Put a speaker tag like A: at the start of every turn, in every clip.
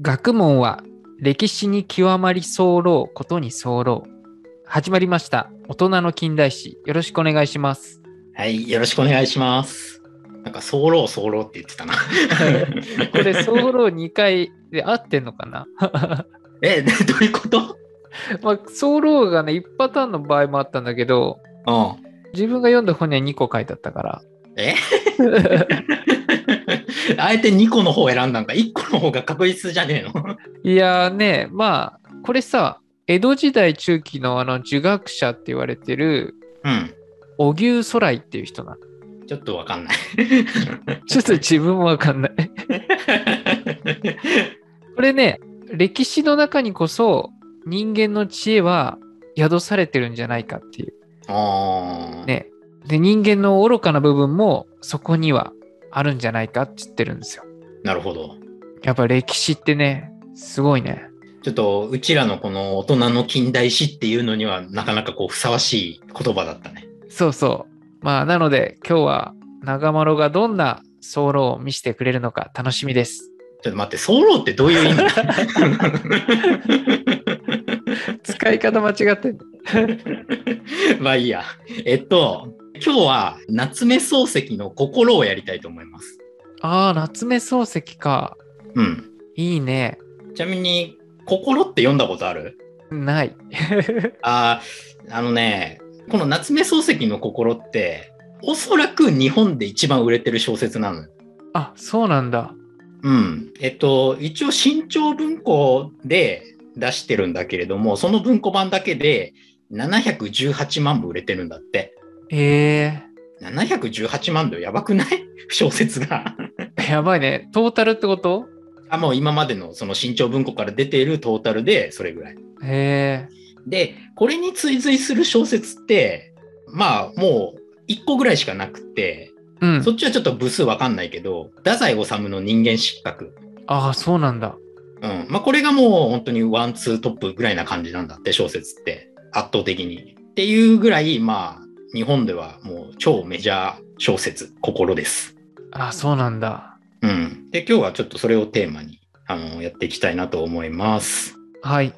A: 学問は歴史に極まり候うことに候う。始まりました。大人の近代史。よろしくお願いします。
B: はい、よろしくお願いします。なんか、ソーロー、ソーローって言ってたな。
A: これ、候う2回で合ってんのかな
B: え、でどういうこと
A: まあ、候うがね、1パターンの場合もあったんだけど、
B: うん。
A: 自分が読んだ本には2個書いてあったから。
B: えあえて2個の方選んだんか。1個の方が確実じゃねえの
A: いやーね、まあ、これさ、江戸時代中期のあの、儒学者って言われてる、
B: う
A: 荻生徂来っていう人なの。
B: ん。ちょっとわかん ない。
A: ちょっと自分もわかんない。これね、歴史の中にこそ人間の知恵は宿されてるんじゃないかっていう
B: あー。
A: ね。で、人間の愚かな部分もそこにはあるんじゃないかって言ってるんですよ。
B: なるほど。
A: やっぱ歴史ってね、すごいね。
B: ちょっと、うちらのこの大人の近代史っていうのには、なかなかこう、ふさわしい言葉だったね。
A: そうそう。まあ、なので今日は長丸がどんな走路を見せてくれるのか楽しみです。
B: ちょっと待って、ソーローってどういう意味
A: 使い方間違ってん
B: まあいいや。えっと、今日は夏目漱石の心をやりたいと思います。
A: ああ、夏目漱石か。
B: うん。
A: いいね。
B: ちなみに、心って読んだことある
A: ない。
B: あーあのね、この夏目漱石の心って、おそらく日本で一番売れてる小説なのよ。
A: あ、そうなんだ。
B: うん。えっと、一応、新潮文庫で出してるんだけれども、その文庫版だけで718万部売れてるんだって。
A: え
B: 718万部やばくない小説が。
A: えやばいね。トータルってこと
B: あ、もう今までのその新潮文庫から出ているトータルでそれぐらい。
A: へえ
B: で、これに追随する小説って、まあもう一個ぐらいしかなくて、
A: うん
B: そ。っちはちょっと部数わかんないけど、太宰治の人間失格。
A: ああ、そうなんだ。
B: うん。まあこれがもう本当にワン、ツートップぐらいな感じなんだって、小説って。圧倒的に。っていうぐらい、まあ日本ではもう超メジャー小説、心です。
A: ああ、そうなんだ。
B: うん。で、今日はちょっとそれをテーマに、あの、やっていきたいなと思います。
A: はい。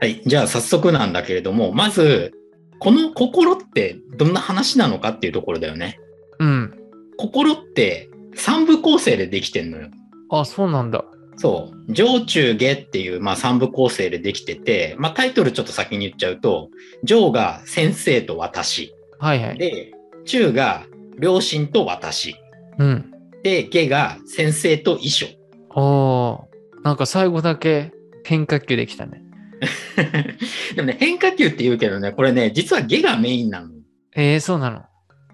B: はい。じゃあ、早速なんだけれども、まず、この心ってどんな話なのかっていうところだよね。
A: うん。
B: 心って三部構成でできてんのよ。
A: ああ、そうなんだ。
B: そう。上中下っていう、まあ、三部構成でできてて、まあ、タイトルちょっと先に言っちゃうと、上が先生と私。
A: はいはい。
B: で、中が両親と私。
A: うん。
B: で、下が先生と遺書。
A: ああ、なんか最後だけ変化球できたね。
B: でもね、変化球って言うけどね、これね、実は下がメインなの。
A: ええそうなの。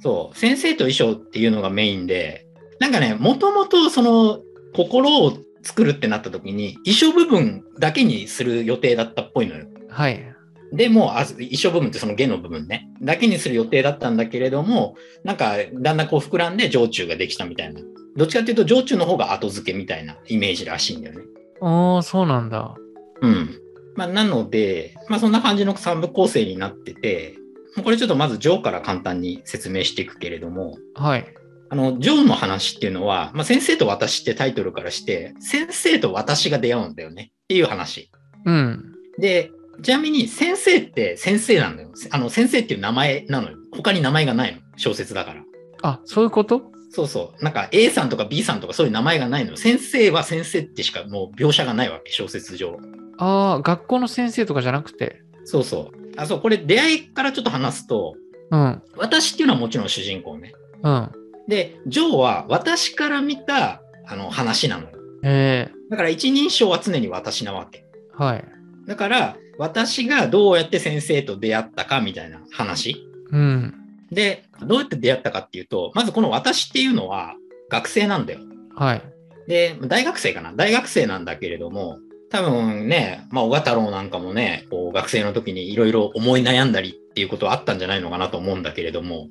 B: そう、先生と衣装っていうのがメインで、なんかね、もともとその心を作るってなった時に、衣装部分だけにする予定だったっぽいのよ。
A: はい。
B: でもうあ衣装部分ってその下の部分ね、だけにする予定だったんだけれども、なんかだんだんこう膨らんで上中ができたみたいな。どっちかっていうと上中の方が後付けみたいなイメージらしいんだよね。
A: ああ、そうなんだ。
B: うん。まあ、なので、まあ、そんな感じの3部構成になってて、これちょっとまず上から簡単に説明していくけれども、
A: はい。
B: あの、ジョーの話っていうのは、まあ、先生と私ってタイトルからして、先生と私が出会うんだよねっていう話。
A: うん。
B: で、ちなみに先生って先生なんだよ。あの、先生っていう名前なのよ。他に名前がないの。小説だから。
A: あ、そういうこと
B: そうそう。なんか A さんとか B さんとかそういう名前がないのよ。先生は先生ってしかもう描写がないわけ、小説上。
A: ああ、学校の先生とかじゃなくて。
B: そうそう。あ、そう、これ出会いからちょっと話すと、
A: うん。
B: 私っていうのはもちろん主人公ね。
A: うん。
B: で、ジョーは私から見た、あの、話なのよ。
A: ええ
B: だから一人称は常に私なわけ。
A: はい。
B: だから私がどうやって先生と出会ったかみたいな話
A: うん。
B: でどうやって出会ったかっていうとまずこの私っていうのは学生なんだよ
A: はい。
B: で大学生かな大学生なんだけれども多分ね、まあ、小川太郎なんかもねこう学生の時にいろいろ思い悩んだりっていうことはあったんじゃないのかなと思うんだけれども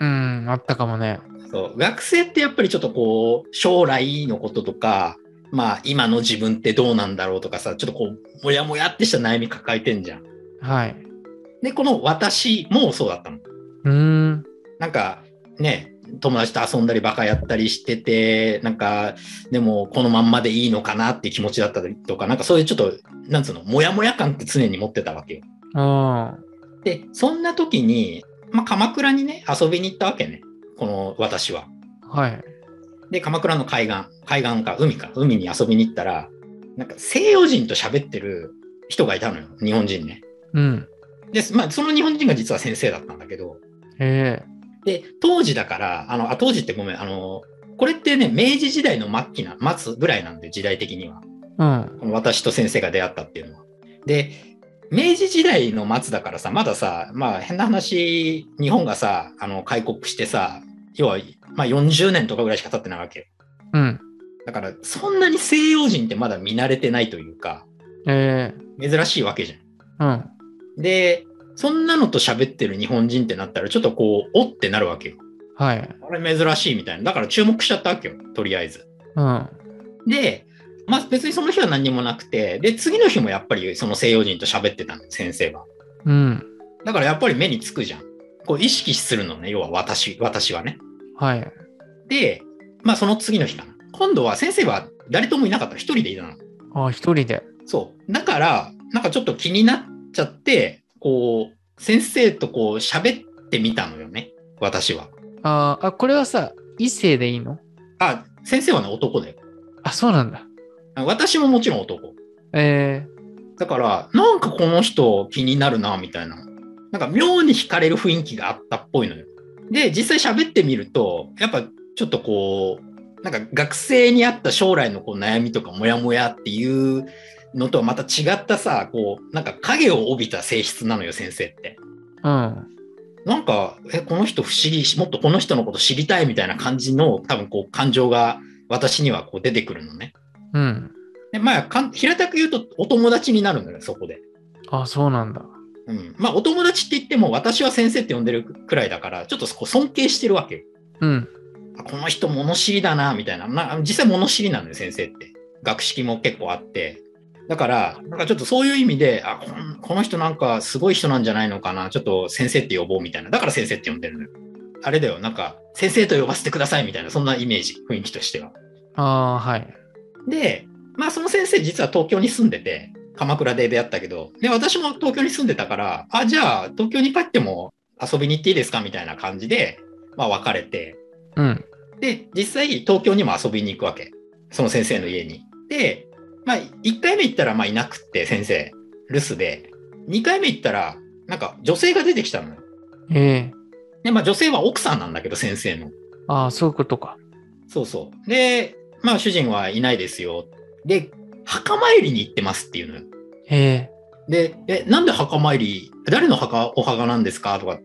A: うん、あったかもね。
B: そう学生ってやっぱりちょっとこう将来のこととかまあ今の自分ってどうなんだろうとかさちょっとこうモヤモヤってした悩み抱えてんじゃん。
A: はい。
B: で、この私もそうだったの。
A: うーん。
B: なんかね、友達と遊んだりバカやったりしてて、なんか、でもこのまんまでいいのかなって気持ちだったりとか、なんかそういうちょっと、なんつうの、モヤモヤ感って常に持ってたわけよ。
A: うん。
B: で、そんな時に、まあ、鎌倉にね、遊びに行ったわけね、この私は。
A: はい。
B: で、鎌倉の海岸、海岸か、海か、海に遊びに行ったら、なんか西洋人と喋ってる人がいたのよ、日本人ね。
A: うん。
B: で、まあ、その日本人が実は先生だったんだけど、
A: ええ
B: で、当時だから、あの、あ、当時ってごめん、あの、これってね、明治時代の末期な、末ぐらいなんで、時代的には。
A: うん。
B: この私と先生が出会ったっていうのは。で、明治時代の末だからさ、まださ、まあ変な話、日本がさ、あの、開国してさ、要は、まあ40年とかぐらいしか経ってないわけよ。
A: うん。
B: だから、そんなに西洋人ってまだ見慣れてないというか、
A: ええ
B: 珍しいわけじゃん。
A: うん。
B: で、そんなのと喋ってる日本人ってなったら、ちょっとこう、おってなるわけよ。
A: はい。
B: あれ珍しいみたいな。だから注目しちゃったわけよ、とりあえず。
A: うん。
B: で、まあ別にその日は何にもなくて、で、次の日もやっぱりその西洋人と喋ってたの、先生は。
A: うん。
B: だからやっぱり目につくじゃん。こう意識するのね、要は私、私はね。
A: はい。
B: で、まあその次の日かな。今度は先生は誰ともいなかった、一人でいたの。
A: あ、一人で。
B: そう。だから、なんかちょっと気になっちゃって、こう、先生とこう喋ってみたのよね、私は。
A: あーあ、これはさ、異性でいいの
B: あ、先生はね、男だよ。
A: あ、そうなんだ。
B: 私ももちろん男。
A: え
B: だから、なんかこの人気になるな、みたいな。なんか妙に惹かれる雰囲気があったっぽいのよ。で、実際喋ってみると、やっぱちょっとこう、なんか学生に合った将来のこう悩みとかモヤモヤっていうのとはまた違ったさ、こう、なんか影を帯びた性質なのよ、先生って。
A: えうん。
B: なんか、え、この人不思議し、もっとこの人のこと知りたいみたいな感じの、多分こう、感情が私にはこう出てくるのね。
A: うん。
B: で、まあ、かん平たく言うとお友達になるのよ、そこで。
A: あ、そうなんだ。
B: うん、まあお友達って言っても私は先生って呼んでるくらいだからちょっとそこ尊敬してるわけよ
A: うん。
B: あこの人物知りだなみたいな、まあ、実際物知りなのよ先生って学識も結構あってだからなんかちょっとそういう意味であこんこの人なんかすごい人なんじゃないのかなちょっと先生って呼ぼうみたいなだから先生って呼んでるのよあれだよなんか先生と呼ばせてくださいみたいなそんなイメージ雰囲気としては
A: ああ、はい。
B: で、まあその先生実は東京に住んでて、鎌倉で出会ったけど、で、私も東京に住んでたから、あ、じゃあ東京に帰っても遊びに行っていいですかみたいな感じで、まあ別れて、
A: うん。
B: で、実際東京にも遊びに行くわけ。その先生の家に。で、まあ1回目行ったらまあいなくって先生、留守で、2回目行ったらなんか女性が出てきたのよ。
A: ええ
B: で、まあ女性は奥さんなんだけど先生の。
A: ああ、そういうことか。
B: そうそう。で、まあ主人はいないですよ。で、墓参りに行ってますっていうのよ。
A: ええ
B: で、え、なんで墓参り、誰の墓、お墓なんですかとか、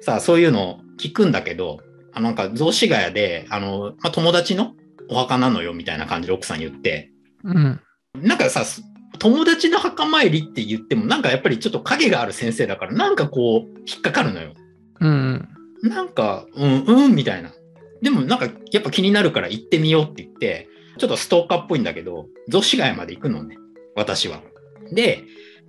B: さ、そういうのを聞くんだけど、あなんか、雑司ヶ谷で、あの、まあ、友達のお墓なのよ、みたいな感じで奥さん言って、
A: うん。
B: なんかさ、友達の墓参りって言っても、なんかやっぱりちょっと影がある先生だから、なんかこう、引っかかるのよ。
A: うんうん。
B: なんか、うん、うん、みたいな。でもなんか、やっぱ気になるから行ってみようって言って、ちょっとストーカーっぽいんだけど、雑司ヶ谷まで行くのね、私は。で、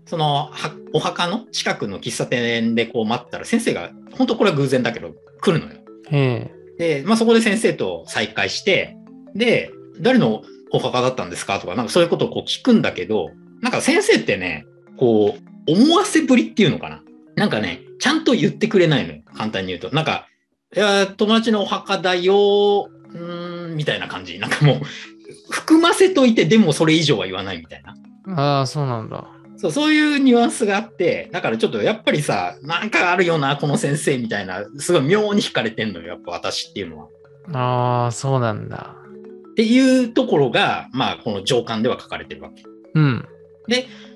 B: その、はお墓の近くの喫茶店でこう待ったら、先生が、本当これは偶然だけど、来るのよ。
A: ええ
B: で、まあそこで先生と再会して、で、誰のお墓だったんですかとか、なんかそういうことをこう聞くんだけど、なんか先生ってね、こう、思わせぶりっていうのかな。なんかね、ちゃんと言ってくれないのよ。簡単に言うと。なんか、いや、友達のお墓だよ、うーん、みたいな感じ。なんかもう、含ませといて、でもそれ以上は言わないみたいな。
A: ああ、そうなんだ。
B: そう、そういうニュアンスがあって、だからちょっとやっぱりさ、なんかあるよな、この先生みたいな、すごい妙に惹かれてんのよ、やっぱ私っていうのは。
A: ああ、そうなんだ。
B: っていうところが、まあ、この上巻では書かれてるわけ。
A: うん。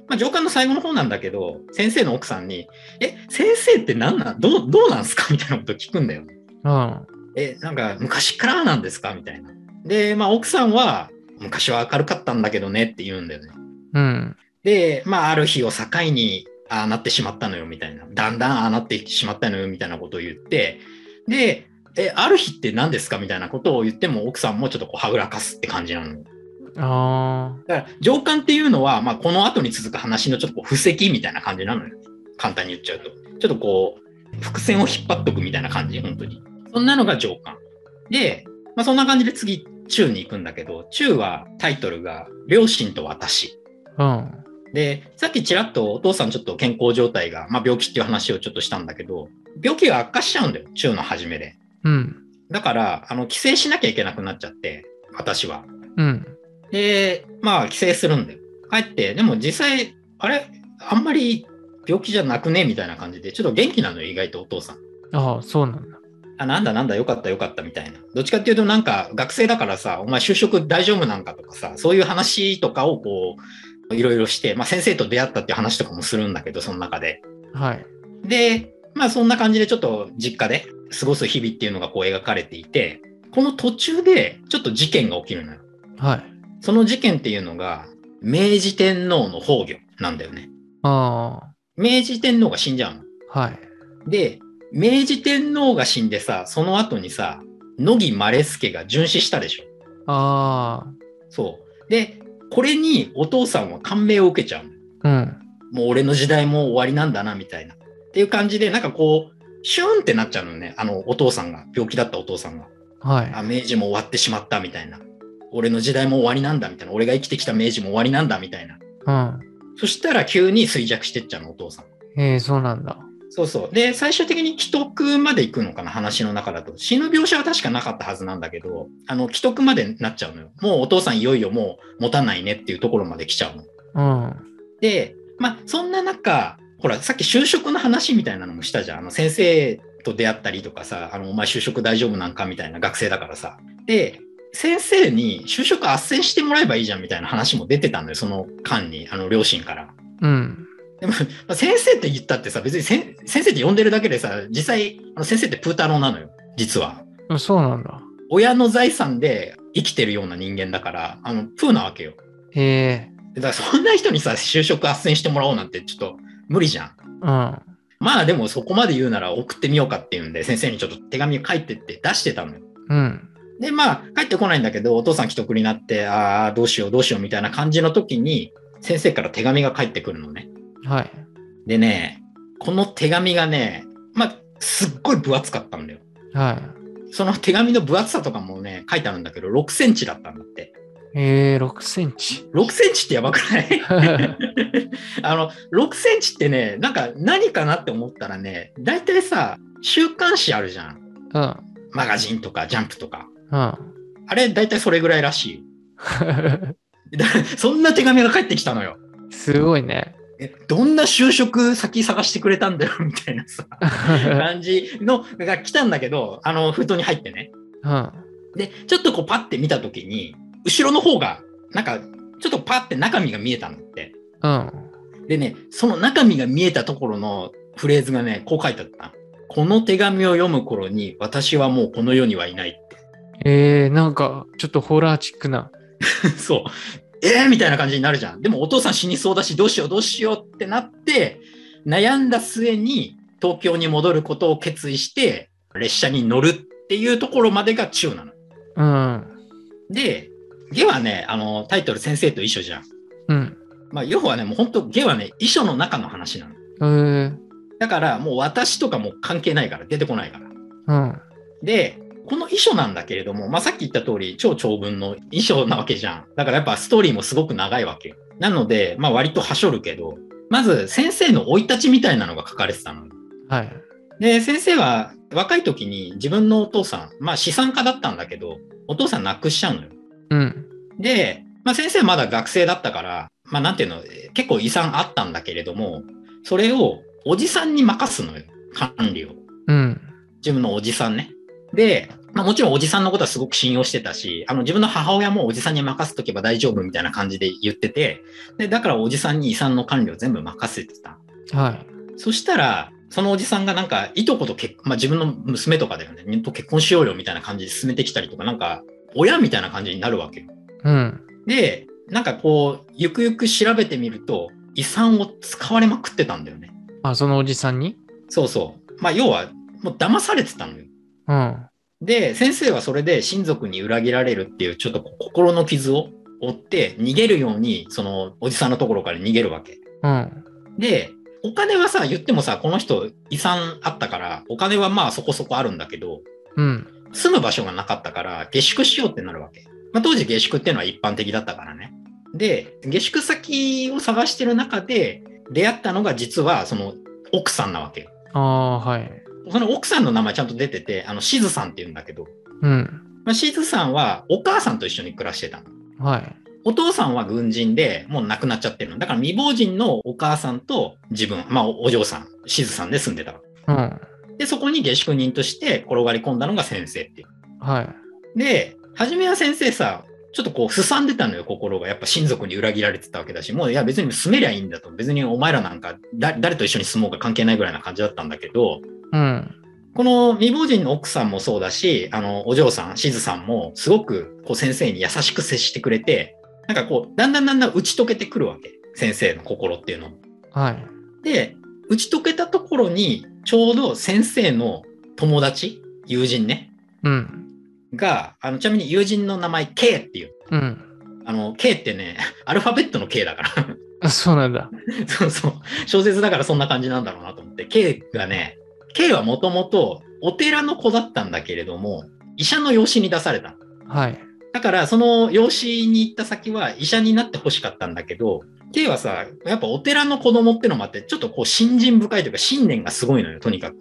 B: まあ、上巻の最後の方なんだけど、先生の奥さんに、え、先生って何なん、どう、どうなんすかみたいなこと聞くんだよ。
A: うん。
B: え、なんか、昔からなんですかみたいな。で、まあ、奥さんは、昔は明るかったんだけどねって言うんだよね。
A: うん。
B: で、まあ、ある日を境に、ああなってしまったのよ、みたいな。だんだんああなってしまったのよ、みたいなことを言って、で、え、ある日って何ですかみたいなことを言っても、奥さんもちょっとこう、はぐらかすって感じなの。
A: あ
B: だから上巻っていうのは、まあ、この後に続く話のちょっとこう布石みたいな感じなのよ。簡単に言っちゃうと。ちょっとこう、伏線を引っ張っとくみたいな感じ、本当に。そんなのが上巻。で、まあ、そんな感じで次、中に行くんだけど、中はタイトルが、両親と私。
A: うん。
B: で、さっきちらっとお父さんちょっと健康状態が、まあ、病気っていう話をちょっとしたんだけど、病気が悪化しちゃうんだよ、中の初めで。
A: うん。
B: だから、あの、帰省しなきゃいけなくなっちゃって、私は。
A: うん。
B: で、まあ、帰省するんだよ。帰って、でも実際、あれあんまり病気じゃなくねみたいな感じで、ちょっと元気なのよ、意外とお父さん。
A: ああ、そうなんだ。
B: あ、なんだなんだ、よかったよかったみたいな。どっちかっていうと、なんか学生だからさ、お前就職大丈夫なんかとかさ、そういう話とかをこう、いろいろして、まあ先生と出会ったっていう話とかもするんだけど、その中で。
A: はい。
B: で、まあそんな感じでちょっと実家で過ごす日々っていうのがこう描かれていて、この途中でちょっと事件が起きるのよ。
A: はい。
B: その事件っていうのが、明治天皇の崩御なんだよね。
A: あ
B: 明治天皇が死んじゃうの。
A: あ、はい。
B: で、明治天皇が死んでさ、その後にさ、乃木稀助が殉死したでしょ。
A: あ
B: そう。で、これにお父さんは感銘を受けちゃうの。
A: あ、うん。
B: もう俺の時代も終わりなんだな、みたいな。っていう感じで、なんかこう、シューンってなっちゃうのね。あの、お父さんが、病気だったお父さんが。
A: はい。
B: あ、明治も終わってしまった、みたいな。俺の時代も終わりなんだ、みたいな。俺が生きてきた明治も終わりなんだ、みたいな。
A: うん。
B: そしたら急に衰弱してっちゃうの、お父さん。
A: ええ、そうなんだ。
B: そうそう。で、最終的に既得まで行くのかな、話の中だと。死ぬ描写は確かなかったはずなんだけど、あの、既得までなっちゃうのよ。もうお父さんいよいよもう持たないねっていうところまで来ちゃうの。
A: うん。
B: で、まあ、そんな中、ほら、さっき就職の話みたいなのもしたじゃん。あの、先生と出会ったりとかさ、あの、お前就職大丈夫なんかみたいな学生だからさ。で、先生に就職斡旋してもらえばいいじゃんみたいな話も出てたんだよ、その間に、あの、両親から。
A: うん。
B: でも、まあ先生って言ったってさ、別にせん先生って呼んでるだけでさ、実際、あの先生ってプータローなのよ、実は。
A: うんそうなんだ。
B: 親の財産で生きてるような人間だから、あの、プーなわけよ。
A: ええ、
B: だからそんな人にさ、就職斡旋してもらおうなんてちょっと無理じゃん。
A: うん。
B: まあでもそこまで言うなら送ってみようかっていうんで、先生にちょっと手紙書いてって出してたのよ。
A: うん。
B: で、まあ、帰ってこないんだけど、お父さん既得になって、ああ、どうしようどうしようみたいな感じの時に、先生から手紙が返ってくるのね。
A: はい。
B: でね、この手紙がね、まあ、すっごい分厚かったんだよ。
A: は
B: その手紙の分厚さとかもね、書いてあるんだけど、6センチだったんだって。
A: い。ええ、6センチ。
B: 6センチってやばくない あの、6センチってね、なんか何かなって思ったらね、大体さ、週刊誌あるじゃん。
A: うん。
B: マガジンとかジャンプとか。
A: うん。
B: あれ、大体それぐらいらしいよ。だからそんな手紙が返ってきたのよ。
A: すごいね。
B: え、どんな就職先探してくれたんだよ、みたいなさ、感じのが来たんだけど、あの、封筒に入ってね。
A: うん。
B: で、ちょっとこうパッて見たときに、後ろの方が、なんか、ちょっとパッて中身が見えたんだって。
A: うん。
B: でね、その中身が見えたところのフレーズがね、こう書いてあった。この手紙を読む頃に、私はもうこの世にはいない っ
A: ええ、なんか、ちょっとホラーチックな。
B: て。そう。えーみたいな感じになるじゃん。でもお父さん死にそうだし、どうしようどうしようってなって、悩んだ末に東京に戻ることを決意して、列車に乗るっていうところまでが中なの。
A: うん。
B: で、下はね、あの、タイトル先生と一緒じゃん。
A: うん。
B: まあ、要はね、もう本当、ゲはね、遺書の中の話なの。
A: ええ、
B: だから、もう私とかもう関係ないから、出てこないから。
A: うん。
B: で、この遺書なんだけれども、まあ、さっき言った通り、超長文の遺書なわけじゃん。だからやっぱストーリーもすごく長いわけよ。なので、まあ、割とはしょるけど、まず、先生の生い立ちみたいなのが書かれてたの。
A: はい。
B: で、先生は若い時に自分のお父さん、まあ、資産家だったんだけど、お父さん亡くしちゃうのよ。
A: うん。
B: で、まあ、先生まだ学生だったから、まあ、なんていうの、えー結構遺産あったんだけれども、それをおじさんに任すのよ、管理を。
A: うん。
B: 自分のおじさんね。で、まあ、もちろんおじさんのことはすごく信用してたし、あの自分の母親もおじさんに任せとけば大丈夫みたいな感じで言ってて、でだからおじさんに遺産の管理を全部任せてた。
A: はい。
B: そしたら、そのおじさんがなんか、いとこと結まあ、自分の娘とかだよね、と結婚しようよみたいな感じで進めてきたりとか、なんか、親みたいな感じになるわけよ。
A: うん。
B: で、なんかこう、ゆくゆく調べてみると、遺産を使われまくってたんだよね。
A: あ、そのおじさんに
B: そうそう。まあ、要は、もう騙されてたのよ。
A: うん。
B: で、先生はそれで親族に裏切られるっていう、ちょっと心の傷を負って、逃げるように、その、おじさんのところから逃げるわけ。
A: うん。
B: で、お金はさ、言ってもさ、この人遺産あったから、お金はまあそこそこあるんだけど、
A: うん。
B: 住む場所がなかったから下宿しようってなるわけ。まあ、当時下宿っていうのは一般的だったからね。で、下宿先を探してる中で出会ったのが実はその奥さんなわけよ。
A: ああ、はい。
B: その奥さんの名前ちゃんと出てて、あの、しずさんって言うんだけど、
A: うん。
B: まあ、しずさんはお母さんと一緒に暮らしてたの。
A: はい。
B: お父さんは軍人でもう亡くなっちゃってるの。だから未亡人のお母さんと自分、まあおお嬢さん、しずさんで住んでたわ
A: うん。
B: け。で、そこに下宿人として転がり込んだのが先生っていう。
A: はい。
B: で、初めは先生さ、ちょっとこう、すさんでたのよ、心が。やっぱ親族に裏切られてたわけだし、もういや別に住めりゃいいんだと。別にお前らなんかだ誰と一緒に住もうか関係ないぐらいな感じだったんだけど、
A: うん。
B: この未亡人の奥さんもそうだし、あの、お嬢さん、しずさんも、すごく、こう、先生に優しく接してくれて、なんかこう、だんだんだんだん打ち解けてくるわけ。先生の心っていうのも。
A: はい。
B: で、打ち解けたところに、ちょうど先生の友達、友人ね、
A: うん。
B: が、あの、ちなみに友人の名前、K っていう。
A: うん。
B: あの、K ってね、 アルファベットの K だから。
A: あそうなんだ。
B: そうそう。小説だからそんな感じなんだろうなと思って。K がね、K はもともとお寺の子だったんだけれども、医者の養子に出された。
A: はい。
B: だから、その養子に行った先は医者になってほしかったんだけど、K はさ、やっぱお寺の子供ってのもあって、ちょっとこう、信心深いというか、信念がすごいのよ、とにかく。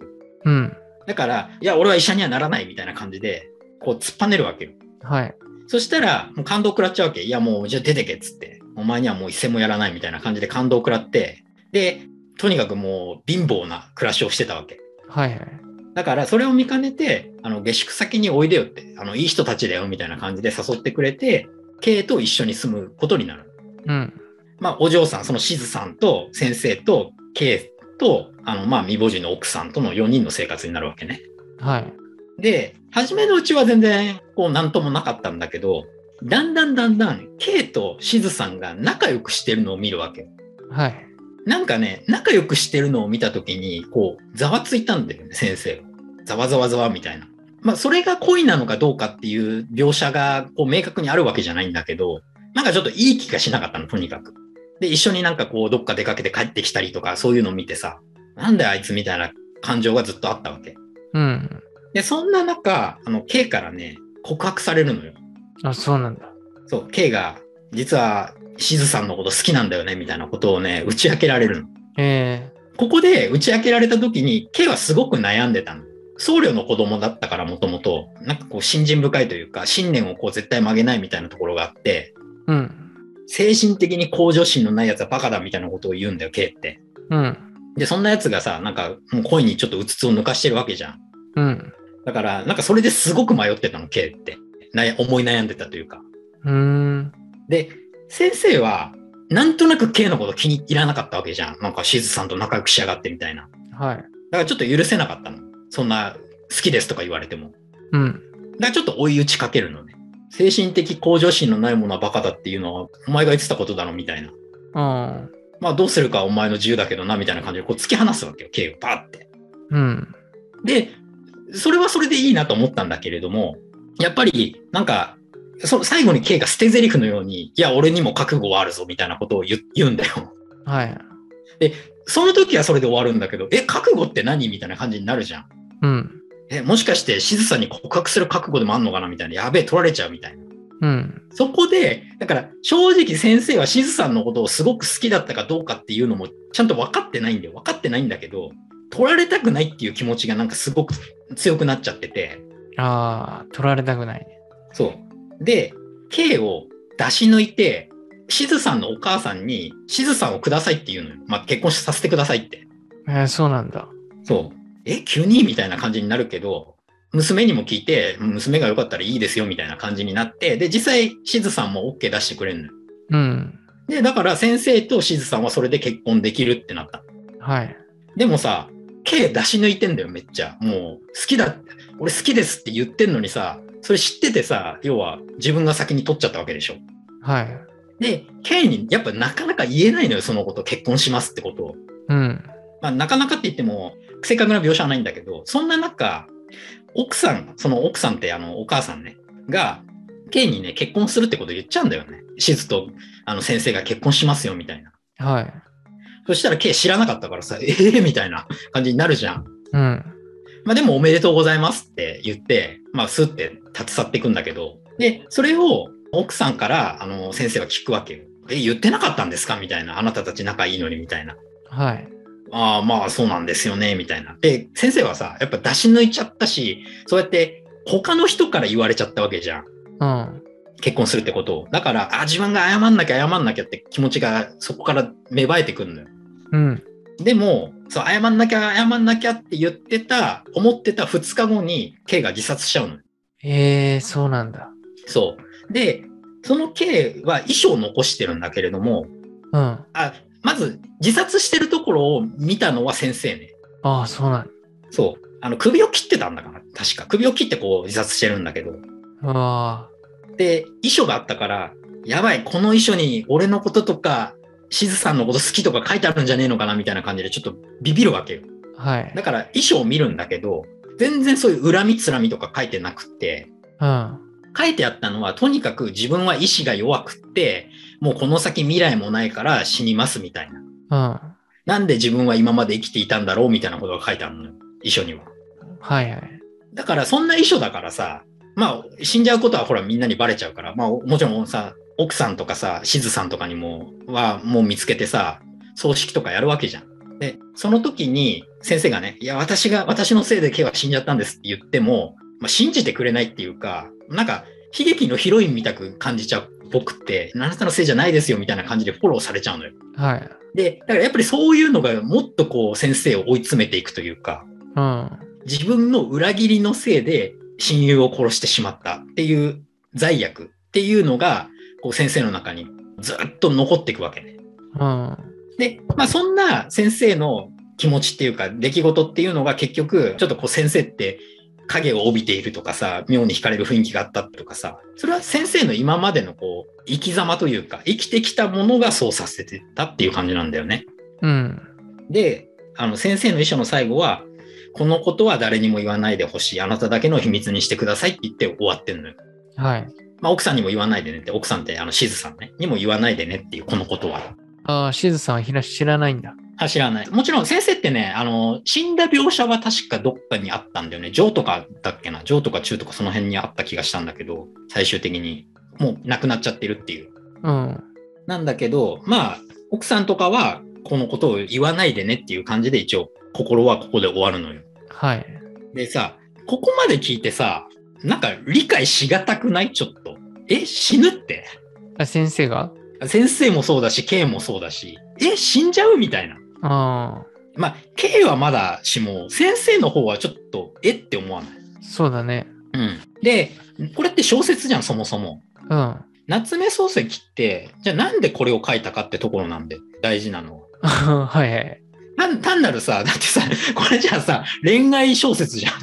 A: うん。
B: だから、いや、俺は医者にはならないみたいな感じで、こう、突っぱねるわけよ。
A: はい。
B: そしたら、もう感動食らっちゃうわけ。いや、もう、じゃあ出てけっつって。お前にはもう一銭もやらないみたいな感じで感動食らって。で、とにかくもう貧乏な暮らしをしてたわけ。
A: はいはい。
B: だから、それを見かねて、あの、下宿先においでよって、あの、いい人たちだよみたいな感じで誘ってくれて、K と一緒に住むことになる。
A: うん。
B: まあ、お嬢さん、そのしずさんと先生と K と、あの、まあ、未亡人の奥さんとの4人の生活になるわけね。
A: はい。
B: で、初めのうちは全然、こう、なんともなかったんだけど、だんだんだんだん、K としずさんが仲良くしてるのを見るわけ。
A: はい。
B: なんかね、仲良くしてるのを見たときに、こう、ざわついたんだよね、先生が。ざわざわざわみたいな。まあ、それが恋なのかどうかっていう描写が、こう、明確にあるわけじゃないんだけど、なんかちょっといい気がしなかったの、とにかく。で、一緒になんかこう、どっか出かけて帰ってきたりとか、そういうのを見てさ、なんであいつみたいな感情がずっとあったわけ。
A: うん。
B: で、そんな中、あの、K からね、告白されるのよ。
A: あ、そうなんだ。
B: そう、K が、実は、しずさんのこと好きなんだよね、みたいなことをね、打ち明けられるの。
A: え
B: ここで打ち明けられた時に、K はすごく悩んでたの。僧侶の子供だったからもともと、なんかこう、信心深いというか、信念をこう、絶対曲げないみたいなところがあって、
A: えうん。
B: 精神的に向上心のない奴はバカだみたいなことを言うんだよ、K って。
A: うん。
B: で、そんな奴がさ、なんか、もう恋にちょっとうつつを抜かしてるわけじゃん。
A: うん。
B: だから、なんかそれですごく迷ってたの、K って。な思い悩んでたというか。
A: うーん。
B: で、先生は、なんとなく K のこと気に入らなかったわけじゃん。なんか、しずさんと仲良くしやがってみたいな。だ
A: はい。
B: からちょっと許せなかったの。そんな、好きですとか言われても。
A: うん。
B: だからちょっと追い打ちかけるのね。精神的向上心のないものはバカだっていうのは、お前が言ってたことだろみたいな。
A: うん。
B: まあ、どうするかはお前の自由だけどな、みたいな感じで、こう突き放すわけよ、K をパーって。
A: うん。
B: で、それはそれでいいなと思ったんだけれども、やっぱり、なんか、そ最後に K が捨て台詞のように、いや、俺にも覚悟はあるぞ、みたいなことを言う言うんだよ。
A: はい。
B: その時はそれで終わるんだけど、え、覚悟って何みたいな感じになるじゃん。
A: うん。
B: え、もしかして、しずさんに告白する覚悟でもあんのかなみたいな。やべえ、取られちゃうみたいな。
A: うん。
B: そこで、だから、正直先生はしずさんのことをすごく好きだったかどうかっていうのも、ちゃんと分かってないんだよ。分かってないんだけど、取られたくないっていう気持ちがなんかすごく強くなっちゃってて。
A: ああ、取られたくない。
B: そう。で、K を出し抜いて、しずさんのお母さんに、しずさんをくださいって言うのよ。まあ、結婚させてくださいって。
A: えー、そうなんだ。
B: そう。え、急にみたいな感じになるけど、娘にも聞いて、娘がよかったらいいですよみたいな感じになって、で、実際、しずさんも OK 出してくれるのよ。
A: うん。
B: で、だから先生としずさんはそれで結婚できるってなった。
A: はい。
B: でもさ、K 出し抜いてんだよ、めっちゃ。もう、好きだ、俺好きですって言ってんのにさ、それ知っててさ、要は自分が先に取っちゃったわけでしょ。
A: はい。
B: で、K にやっぱなかなか言えないのよ、そのこと、結婚しますってことを。
A: うん。
B: まあ、なかなかって言っても正確な描写はないんだけど、そんな中、奥さん、その奥さんってあのお母さんね、が、K にね、結婚するってこと言っちゃうんだよね。しずとあの先生が結婚しますよみたいな。
A: はい。
B: そしたら K 知らなかったからさ、ええみたいな感じになるじゃん。
A: うん。
B: まあ、でもおめでとうございますって言って、まあ、スッて立ち去っていくんだけど、で、それを奥さんから、あの、先生は聞くわけよ。え、言ってなかったんですかみたいな。あなたたち仲いいのに、みたいな。
A: はい。
B: ああ、まあ、そうなんですよね、みたいな。で、先生はさ、やっぱ出し抜いちゃったし、そうやって他の人から言われちゃったわけじゃん。
A: うん。
B: 結婚するってことを。だから、あ、自分が謝んなきゃ謝んなきゃって気持ちがそこから芽生えてくるのよ。
A: うん。
B: でも、そう、謝んなきゃ謝んなきゃって言ってた、思ってた2日後に、K が自殺しちゃうのよ。
A: えー、そうなんだ。
B: そう。で、その K は遺書を残してるんだけれども、
A: うん。あ
B: あ、まず自殺してるところを見たのは先生ね。
A: あ、そうなんだ。
B: そう。あの、首を切ってたんだから、確か。首を切ってこう自殺してるんだけど。
A: あ
B: で、遺書があったから、やばい、この遺書に俺のこととか、しずさんのこと好きとか書いてあるんじゃねえのかなみたいな感じでちょっとビビるわけよ。
A: あ、はい。
B: だから遺書を見るんだけど、全然そういう恨みつらみとか書いてなくって、
A: うん。
B: 書いてあったのは、とにかく自分は意志が弱くって、もうこの先未来もないから死にますみたいな。
A: うん。
B: なんで自分は今まで生きていたんだろうみたいなことが書いてあるのよ。遺書には。
A: はいはい。
B: だからそんな遺書だからさ、まあ死んじゃうことはほらみんなにバレちゃうから、まあもちろんさ、奥さんとかさ、しずさんとかにも、はもう見つけてさ、葬式とかやるわけじゃん。で、その時に先生がね、いや私が、私のせいで K は死んじゃったんですって言っても、まあ信じてくれないっていうか、なんか悲劇のヒロインみたく感じちゃう僕って、あなたのせいじゃないですよみたいな感じでフォローされちゃうのよ。
A: はい。
B: で、だからやっぱりそういうのがもっとこう先生を追い詰めていくというか、
A: うん。
B: 自分の裏切りのせいで親友を殺してしまったっていう罪悪っていうのがこう先生の中にずっと残っていくわけね。
A: うん。
B: で、まあ、そんな先生の気持ちっていうか出来事っていうのが結局ちょっとこう先生って影を帯びているとかさ妙に惹かれる雰囲気があったとかさそれは先生の今までのこう生き様というか生きてきたものがそうさせてたっていう感じなんだよね。
A: うん。
B: で、あの先生の遺書の最後は、このことは誰にも言わないでほしい。あなただけの秘密にしてくださいって言って終わってんのよ。
A: はい。
B: まあ、奥さんにも言わないでねって、奥さんってあのしずさんね、にも言わないでねっていう、このことは。
A: ああ、しずさんはひら知らないんだ。
B: あ知らない。もちろん先生ってね、あの、死んだ描写は確かどっかにあったんだよね。上とかだっけな。上とか中とかその辺にあった気がしたんだけど、最終的に。もう亡くなっちゃってるっていう。
A: うん。
B: なんだけど、まあ、奥さんとかは、このことを言わないでねっていう感じで一応、心はここで終わるのよ。
A: はい。
B: でさ、ここまで聞いてさ、なんか理解しがたくないちょっと。え、死ぬって
A: あ先生が
B: 先生もそうだし、K もそうだし、え、死んじゃうみたいな。
A: ああ、
B: まあ、K はまだしも、先生の方はちょっと、えって思わない。
A: そうだね。
B: うん。で、これって小説じゃん、そもそも。
A: うん。
B: 夏目漱石って、じゃあなんでこれを書いたかってところなんで、大事なのは。
A: はいはい。
B: 単単なるさ、だってさ、これじゃあさ、恋愛小説じゃん。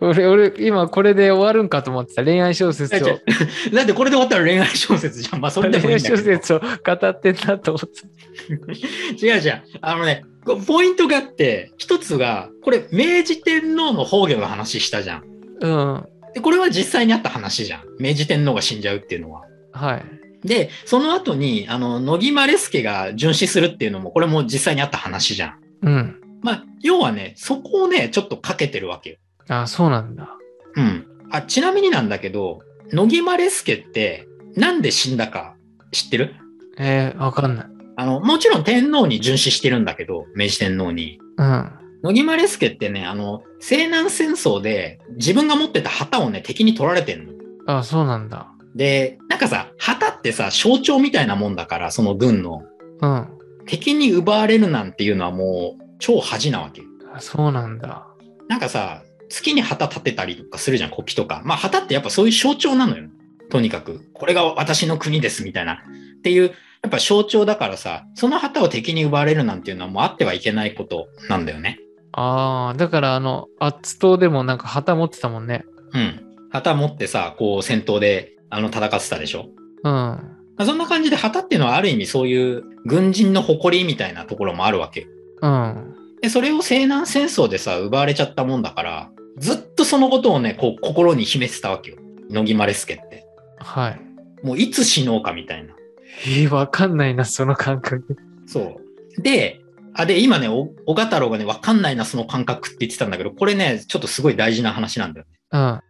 A: 俺、俺、今これで終わるんかと思ってた。恋愛小説
B: いや
A: を
B: 違、 だってこれで終わったら恋愛小説じゃん。まあ、それでも
A: 恋
B: いい
A: 愛
B: んだ
A: 小
B: けど。
A: 説を語ってんなと思って
B: 違う違う。あのね、こうポイントがあって、一つが、これ、明治天皇の崩御の話したじゃん。
A: た。うん。
B: で、これは実際にあった話じゃん。明治天皇が死んじゃうっていうのは。
A: はい。
B: で、その後に、あの、野木マレスケが殉死するっていうのも、これも実際にあった話じゃん。
A: うん。
B: まあ、要はね、そこをね、ちょっとかけてるわけよ。
A: ああ、そうなんだ。
B: うん。あ、ちなみになんだけど、野木マレスケって、なんで死んだか知ってる
A: えー、わかんない。
B: あの、もちろん天皇に殉死してるんだけど、明治天皇に。
A: うん。
B: 野木マレスケってね、あの、西南戦争で自分が持ってた旗をね、敵に取られてんの。
A: ああ、そうなんだ。
B: で、なんかさ、旗ってさ、象徴みたいなもんだから、その軍の。
A: うん。あ
B: 敵に奪われるなんていうのはもう、超恥なわけ。
A: そうなんだ。
B: なんかさ、月に旗立てたりとかするじゃん、国旗とか。まあ、旗ってやっぱそういう象徴なのよ。とにかく、これが私の国です、みたいな。っていう、やっぱ象徴だからさ、その旗を敵に奪われるなんていうのはもうあってはいけないことなんだよね。
A: ああ、だからあの、アッツ島でもなんか旗持ってたもんね。
B: うん。旗持ってさ、こう戦闘で、あの、戦ってたでし
A: う
B: ょ
A: ん。
B: まあそんな感じで旗っていうのはある意味そういう軍人の誇りみたいなところもあるわけよ。
A: うん。
B: で、それを西南戦争でさ、奪われちゃったもんだから、ずっとそのことをね、こう心に秘めてたわけよ。野木マレスケって。
A: はい。
B: もういつ死のうかみたいな。
A: えー、わかんないな、その感覚。
B: そう。で、あ、で、今ね、お小太郎がね、わかんないな、その感覚って言ってたんだけど、これね、ちょっとすごい大事な話なんだよね。
A: うん。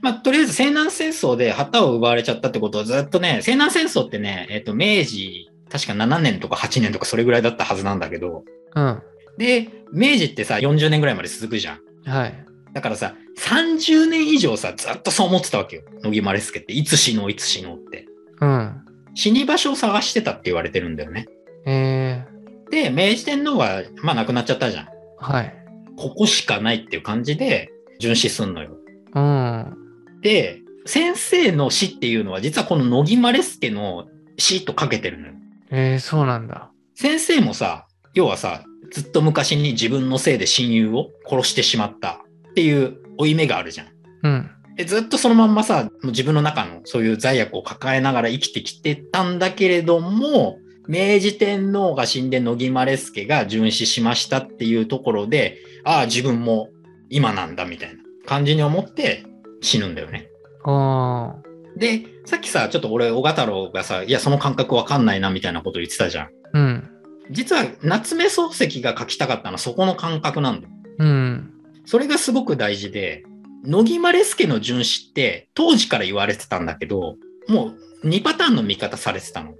B: まあ、とりあえず西南戦争で旗を奪われちゃったってことはずっとね、西南戦争ってね、えっ、と、明治、確か7年とか8年とかそれぐらいだったはずなんだけど、
A: うん。
B: で、明治ってさ、40年ぐらいまで続くじゃん。
A: はい。
B: だからさ、30年以上さ、ずっとそう思ってたわけよ。野木マレスケって、いつ死のう、いつ死のうって。
A: うん。
B: 死に場所を探してたって言われてるんだよね。
A: え
B: で、明治天皇が、まあ亡くなっちゃったじゃん。
A: ー、はい。
B: ここしかないっていう感じで、巡視すんのよ。
A: うん。
B: で、先生の死っていうのは、実はこの野木マレスケの死とかけてるのよ。
A: えー、そうなんだ。
B: 先生もさ、要はさ、ずっと昔に自分のせいで親友を殺してしまったっていう負い目があるじゃん。
A: うん。
B: でずっとそのまんまさ、もう自分の中のそういう罪悪を抱えながら生きてきてたんだけれども、明治天皇が死んで野木マレスケが殉死しましたっていうところで、ああ、自分も今なんだみたいな感じに思って死ぬんだよね。
A: あ
B: で、さっきさ、ちょっと俺、小太郎がさ、いや、その感覚わかんないなみたいなこと言ってたじゃん。
A: ー。うん。
B: 実は、夏目漱石が書きたかったのはそこの感覚なんだよ
A: うん。
B: それがすごく大事で、野木マレスケの殉死って当時から言われてたんだけど、もう2パターンの見方されてたの。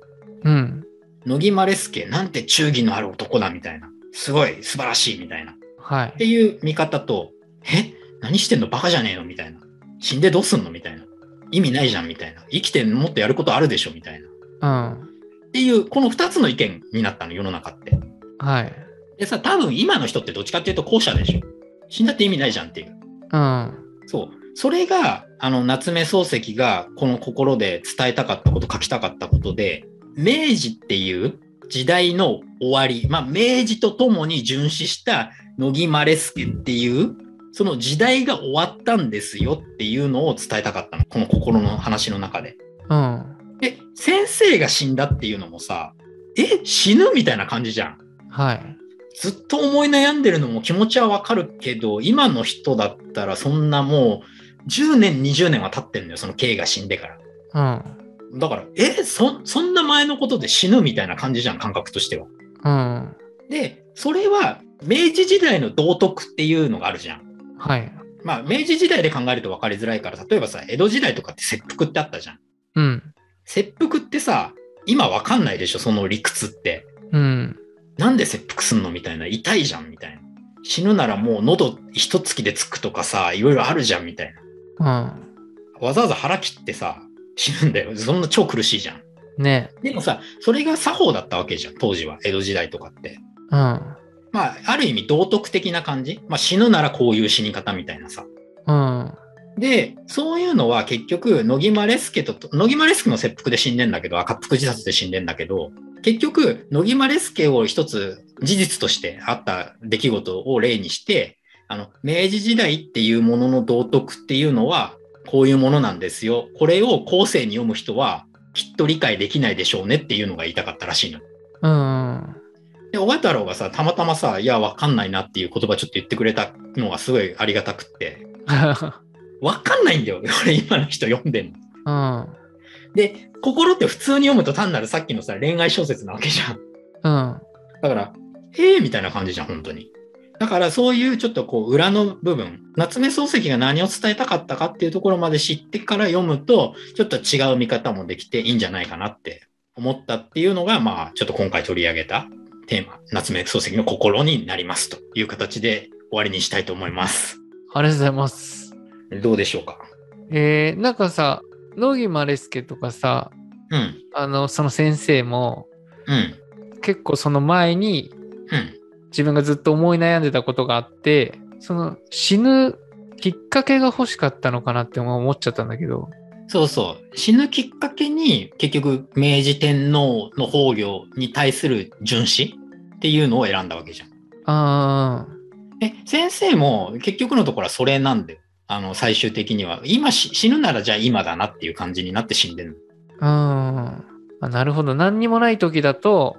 A: うん。
B: 野木マレスケなんて忠義のある男だみたいな。すごい素晴らしいみたいな。っ
A: はい。
B: ていう見方と、え何してんのバカじゃねえのみたいな。死んでどうすんのみたいな。意味ないじゃんみたいな。生きてもっとやることあるでしょみたいな。っ
A: うん。
B: ていう、この2つの意見になったの、世の中って。
A: はい。
B: でさ、多分今の人ってどっちかっていうと後者でしょ。死んだって意味ないじゃんっていう。
A: うん。
B: そう。それが、あの、夏目漱石がこの心で伝えたかったこと、書きたかったことで、明治っていう時代の終わり、まあ、明治とともに殉死した乃木マレスケっていう、その時代が終わったんですよっていうのを伝えたかったの。この心の話の中で。
A: うん。
B: で、先生が死んだっていうのもさ、え、死ぬみたいな感じじゃん。
A: はい。
B: ずっと思い悩んでるのも気持ちはわかるけど、今の人だったらそんなもう10年、20年は経ってんのよ、その K が死んでから。
A: うん。
B: だから、え、そ、そんな前のことで死ぬみたいな感じじゃん、感覚としては。
A: うん。
B: で、それは明治時代の道徳っていうのがあるじゃん。
A: はい。
B: まあ、明治時代で考えると分かりづらいから、例えばさ、江戸時代とかって切腹ってあったじゃん。
A: うん。
B: 切腹ってさ、今わかんないでしょ、その理屈って。
A: うん。
B: なんで切腹すんのみたいな、痛いじゃんみたいな。死ぬならもう喉一突きでつくとかさ、いろいろあるじゃんみたいな。
A: うん。
B: わざわざ腹切ってさ、死ぬんだよ。そんな超苦しいじゃん。
A: ね。
B: でもさ、それが作法だったわけじゃん、当時は。江戸時代とかって。
A: うん。
B: まあ、ある意味道徳的な感じ。まあ、死ぬならこういう死に方みたいなさ。
A: うん。
B: で、そういうのは結局、野木マレスケと、野木マレスケの切腹で死んでんだけど、赤腹自殺で死んでんだけど、結局、野木マレスケを一つ事実としてあった出来事を例にして、あの、明治時代っていうものの道徳っていうのは、こういうものなんですよ。これを後世に読む人は、きっと理解できないでしょうねっていうのが言いたかったらしいの。
A: うん。
B: で、小太郎がさ、たまたまさ、いや、わかんないなっていう言葉ちょっと言ってくれたのがすごいありがたくって、わかんないんだよ。 俺今の人読んでんの。
A: うん。
B: で、心って普通に読むと単なるさっきのさ、恋愛小説なわけじゃん。
A: うん。
B: だから、ええー、みたいな感じじゃん、本当に。だからそういうちょっとこう裏の部分、夏目漱石が何を伝えたかったかっていうところまで知ってから読むと、ちょっと違う見方もできていいんじゃないかなって思ったっていうのが、まあちょっと今回取り上げたテーマ、夏目漱石の心になりますという形で終わりにしたいと思います。
A: ありがとうございます。
B: どうでしょうか
A: えー、なんかさ、野木マレスケとかさ、
B: うん、
A: あの、その先生も、
B: うん、
A: 結構その前に
B: うん。
A: 自分がずっと思い悩んでたことがあって、その死ぬきっかけが欲しかったのかなって思っちゃったんだけど。
B: そうそう。死ぬきっかけに、結局、明治天皇の崩御に対する殉死っていうのを選んだわけじゃん。
A: あ
B: え、先生も結局のところはそれなんだよ。あの、最終的には。今し死ぬならじゃあ今だなっていう感じになって死んでる
A: あ、うん。あなるほど。何にもない時だと、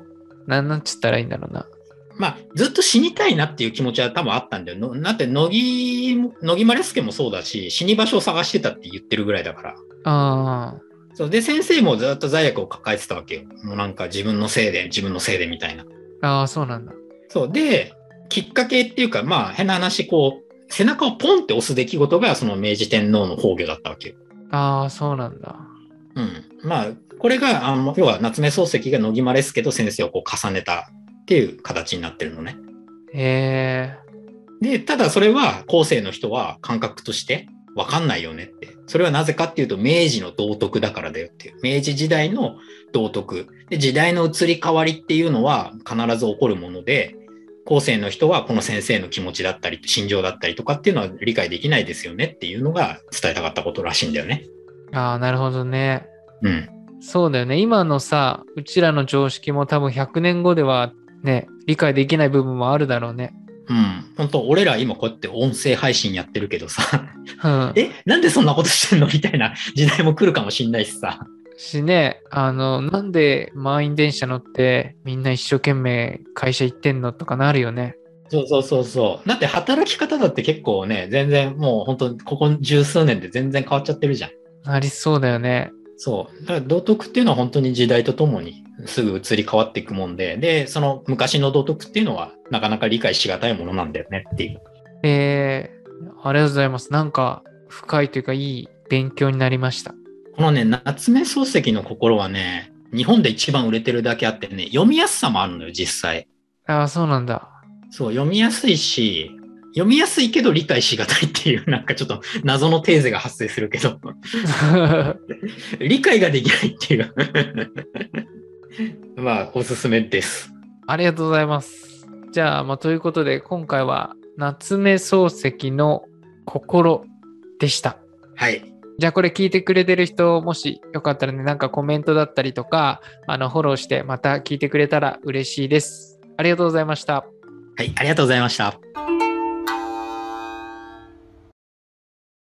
A: なんなんつったらいいんだろうな。
B: の。まあ、ずっと死にたいなっていう気持ちは多分あったんだよ。のだって、乃木も、乃木マレスケもそうだし、死に場所を探してたって言ってるぐらいだから。
A: あ
B: そう。で、先生もずっと罪悪を抱えてたわけよ。もうなんか自分のせいで、自分のせいでみたいな。
A: あ、ああ、そうなんだ。
B: そうできっかけっていうかまあ変な話こう背中をポンって押す出来事がその明治天皇の崩御だったわけよ。
A: ああ、そうなんだ。
B: うん、まあこれがあの要は夏目漱石が乃木間ですけど先生をこう重ねたっていう形になってるのね。
A: へえ。
B: でただそれは後世の人は感覚として分かんないよねってそれはなぜかっていうと明治の道徳だからだよっていう明治時代の道徳で時代の移り変わりっていうのは必ず起こるもので後世の人はこの先生の気持ちだったり心情だったりとかっていうのは理解できないですよねっていうのが伝えたかったことらしいんだよね。
A: ああ、なるほどね。
B: うん、
A: そうだよね。今のさ、うちらの常識も多分100年後ではね、理解できない部分もあるだろうね。
B: うん、本当俺ら今こうやって音声配信やってるけどさ
A: うん。
B: えなんでそんなことしてんのみたいな時代も来るかもしんないしさ。
A: しね、あの、なんで満員電車乗ってみんな一生懸命会社行ってんのとかなるよね。
B: そうそうそうそう。だって働き方だって結構ね、全然もう本当ここ十数年で全然変わっちゃってるじゃん。
A: なりそうだよね。
B: そう。だから道徳っていうのは本当に時代とともにすぐ移り変わっていくもんで、で、その昔の道徳っていうのはなかなか理解しがたいものなんだよねっていう。
A: えー、ありがとうございます。なんか深いというかいい勉強になりました。
B: このね、夏目漱石の心はね、日本で一番売れてるだけあってね、読みやすさもあるのよ、実際。
A: ああ、そうなんだ。
B: そう、読みやすいし、読みやすいけど理解しがたいっていう、なんかちょっと謎のテーゼが発生するけど。理解ができないっていう。 まあ、おすすめです。
A: ありがとうございます。じゃあ、まあ、ということで、今回は夏目漱石の心でした。
B: はい。
A: じゃあ、これ聞いてくれてる人、もしよかったらね、なんかコメントだったりとか、あの、フォローして、また聞いてくれたら嬉しいです。ありがとうございました。
B: はい、ありがとうございました。